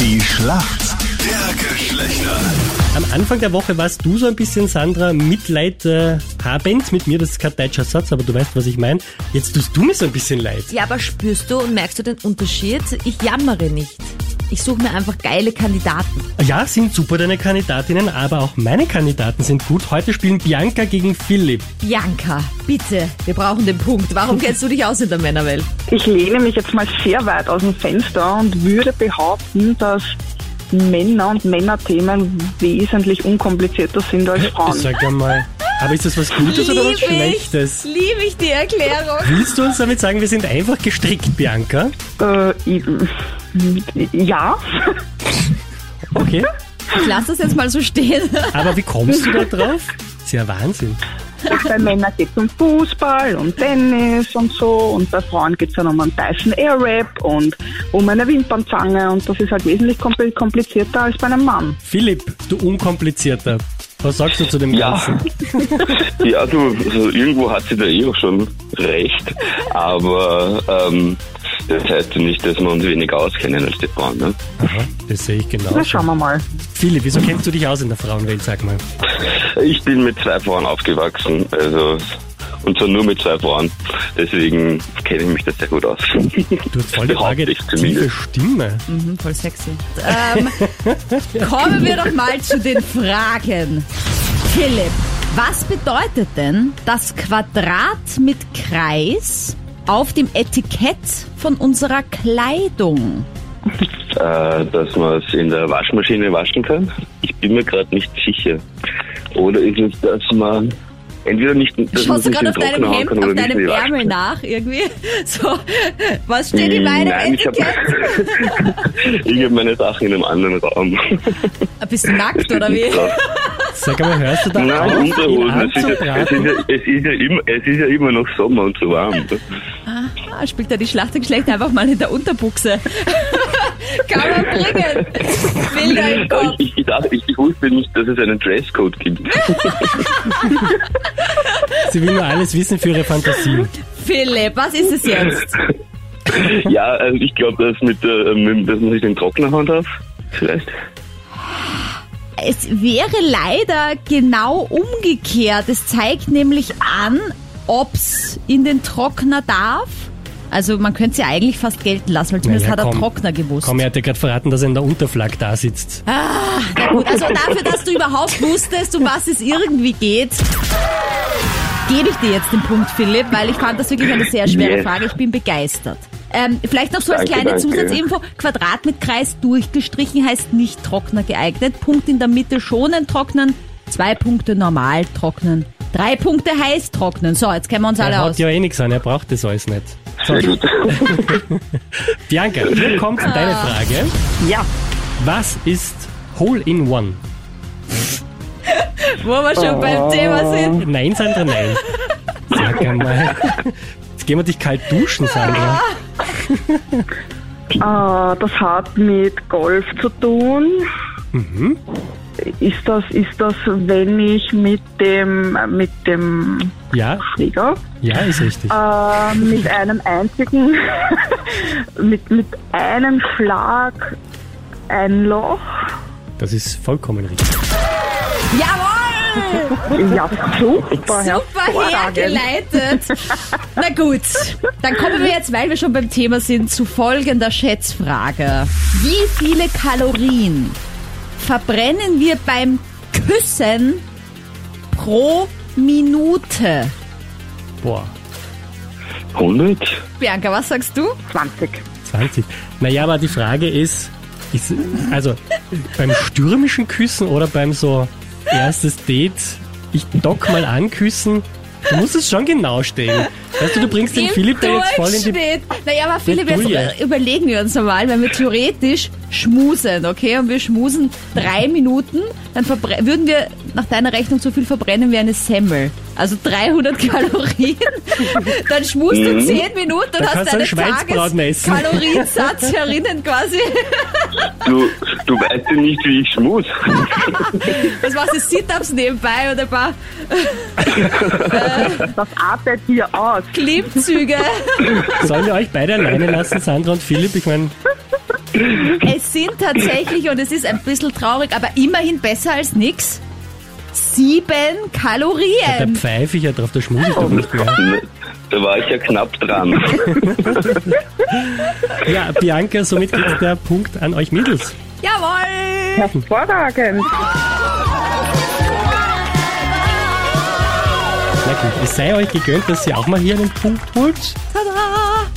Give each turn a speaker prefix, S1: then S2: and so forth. S1: Die Schlacht der Geschlechter.
S2: Am Anfang der Woche warst du so ein bisschen, Sandra, Mitleid äh, habend mit mir. Das ist kein deutscher Satz, aber du weißt, was ich meine. Jetzt tust du mir so ein bisschen leid.
S3: Ja, aber spürst du und merkst du den Unterschied? Ich jammere nicht. Ich suche mir einfach geile Kandidaten.
S2: Ja, sind super deine Kandidatinnen, aber auch meine Kandidaten sind gut. Heute spielen Bianca gegen Philipp.
S3: Bianca, bitte, wir brauchen den Punkt. Warum kennst du dich aus in der Männerwelt?
S4: Ich lehne mich jetzt mal sehr weit aus dem Fenster und würde behaupten, dass Männer und Männerthemen wesentlich unkomplizierter sind als Frauen.
S2: Sag einmal, aber ist das was Gutes oder was Schlechtes?
S3: liebe ich die Erklärung.
S2: Willst du uns damit sagen, wir sind einfach gestrickt, Bianca?
S4: Äh, ich- ja,
S2: Okay.
S3: Ich lasse das jetzt mal so stehen.
S2: Aber wie kommst du da drauf? Ist ja Wahnsinn.
S4: bei Männern geht es um Fußball und Tennis und so und bei Frauen geht es dann um einen Dyson Airwrap und um eine Wimpernzange und das ist halt wesentlich kompl- komplizierter als bei einem Mann.
S2: Philipp, du Unkomplizierter. Was sagst du zu dem
S5: Ja.
S2: Ganzen?
S5: Ja, du, also irgendwo hat sie da eh auch schon recht, aber ähm, das heißt ja nicht, dass wir uns weniger auskennen als die Frauen. Ne?
S2: Aha, das sehe ich genau.
S4: Na, schauen wir mal.
S2: Philipp, wieso kennst du dich aus in der Frauenwelt, sag mal?
S5: Ich bin mit zwei Frauen aufgewachsen, also und zwar nur mit zwei Frauen, deswegen kenne ich mich da sehr gut aus.
S2: Du hast voll die
S5: Behaupte ich
S2: argumentative Stimme.
S3: Mhm, voll sexy. Ähm, kommen wir doch mal zu den Fragen. Philipp, was bedeutet denn das Quadrat mit Kreis auf dem Etikett von unserer Kleidung?
S5: Äh, dass man es in der Waschmaschine waschen kann. Ich bin mir gerade nicht sicher. Oder ist es, dass man entweder nicht, dass man es
S3: Schaust du
S5: nicht
S3: gerade
S5: in
S3: auf deinem
S5: Trockner hauen
S3: Hemd,
S5: kann oder
S3: auf
S5: nicht in
S3: deinem
S5: die
S3: Ärmel
S5: Waschmaschine?
S3: nach irgendwie? So, was steht in meinem
S5: Hm, Nein, ich
S3: Etikett?
S5: habe hab meine Sachen in einem anderen Raum.
S3: Bist du nackt oder wie?
S2: Sag mal, hörst du da
S5: Nein,
S2: auf, ihn
S5: Unterhosen. Es ist, ja, es, ist
S2: anzuraten?
S5: ja, es, ist ja immer, es ist ja immer noch Sommer und so warm.
S3: Ah, spielt er die Schlacht der Geschlechter einfach mal in der Unterbuchse. Kann man bringen. Bilder im
S5: Aber
S3: Kopf.
S5: ich, ich, dachte, ich, ich wusste nicht, dass es einen Dresscode gibt.
S2: Sie will nur alles wissen für ihre Fantasie.
S3: Philipp, was ist es jetzt?
S5: ja, also ich glaube, dass, mit, äh, mit- dass man sich den Trockner hauen darf. Vielleicht.
S3: Es wäre leider genau umgekehrt. Es zeigt nämlich an, ob's in den Trockner darf. Also man könnte es ja eigentlich fast gelten lassen, weil zumindest
S2: ja,
S3: hat er
S2: komm.
S3: Trockner gewusst.
S2: Komm, er hat dir gerade verraten, dass er in der Unterflag da sitzt.
S3: Na gut, also dafür, dass du überhaupt wusstest, um was es irgendwie geht, gebe ich dir jetzt den Punkt, Philipp, weil ich fand das wirklich eine sehr schwere
S5: Yes.
S3: Frage. Ich bin begeistert. Ähm, vielleicht noch so als
S5: Danke,
S3: kleine
S5: danke.
S3: Zusatzinfo. Quadrat mit Kreis durchgestrichen heißt nicht trockner geeignet. Punkt in der Mitte schonen trocknen. Zwei Punkte normal trocknen. Drei Punkte heiß trocknen. So, jetzt kennen wir uns alle
S2: Er
S3: aus.
S2: hat ja eh nichts an, er braucht das alles nicht.
S5: Sehr gut.
S2: Bianca, hier kommt
S3: Ah.
S2: deine Frage.
S4: Ja,
S2: Was ist Hole in One?
S3: Wo wir schon beim Thema sind.
S2: Nein, Sandra, nein. Sag einmal. Jetzt gehen wir dich kalt duschen, Sandra.
S4: äh, das hat mit Golf zu tun. Ist das, ist das, wenn ich mit dem, mit dem
S2: Ja,
S4: Schläger
S2: ja, ist richtig.
S4: äh, mit einem einzigen, mit, mit einem Schlag ein Loch.
S2: Das ist vollkommen richtig.
S5: Oh.
S3: Jawohl!
S4: Ja, super.
S3: Super hergeleitet. Na gut, dann kommen wir jetzt, weil wir schon beim Thema sind, zu folgender Schätzfrage. Wie viele Kalorien verbrennen wir beim Küssen pro Minute?
S2: Boah,
S5: 100?
S3: Bianca, was sagst du?
S4: 20.
S2: 20. Naja, aber die Frage ist, ist also beim stürmischen Küssen oder beim so erstes Date, ich dock mal anküssen, du musst es schon genau stellen. Weißt du, du bringst den
S3: Im
S2: Philipp da jetzt voll in die...
S3: Durchschnitt. Naja, aber Philipp, jetzt
S2: Julia.
S3: äh, überlegen wir uns einmal, wenn wir theoretisch schmusen, okay? Und wir schmusen drei Minuten, dann verbre- würden wir nach deiner Rechnung so viel verbrennen wie eine Semmel. Also 300 Kalorien. Dann schmusst du 10 Minuten und hast
S2: kannst du
S3: deinen
S2: einen Schweinsbraten essen.
S3: Tageskaloriensatz herinnen quasi.
S5: Du, du weißt ja nicht, wie ich schmutz.
S3: Was machst du? Sit-Ups nebenbei oder ein paar
S4: Das artet hier aus.
S3: Klimmzüge.
S2: Sollen wir euch beide alleine lassen, Sandra und Philipp? Ich meine,
S3: Es sind tatsächlich, und es ist ein bisschen traurig, aber immerhin besser als nix, sieben
S2: Da
S3: Kalorien.
S2: pfeife ich ja drauf, da schmutze ich doch nicht mehr.
S5: Da war ich ja knapp dran.
S2: Ja, Bianca, somit geht der Punkt an euch Mädels.
S3: Jawohl!
S4: Hervorragend.
S2: Na gut, es sei euch gegönnt, dass ihr auch mal hier einen Punkt holt.
S3: Tada!